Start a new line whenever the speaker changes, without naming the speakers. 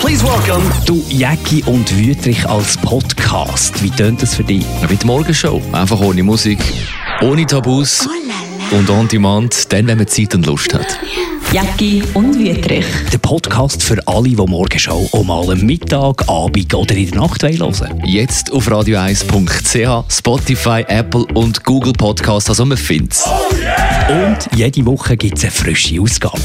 Please welcome.
Du, Jäcki und Wüterich als Podcast, wie tönt das für dich?
Wie die Morgenshow. Einfach ohne Musik, ohne Tabus und on demand, dann, wenn man Zeit und Lust hat.
Jacki und Wüterich.
Der Podcast für alle, die Morgenshow um mal am Mittag, Abend oder in der Nacht hören wollen.
Jetzt auf radio1.ch, Spotify, Apple und Google Podcast, also man findet
Und jede Woche gibt es eine frische Ausgabe.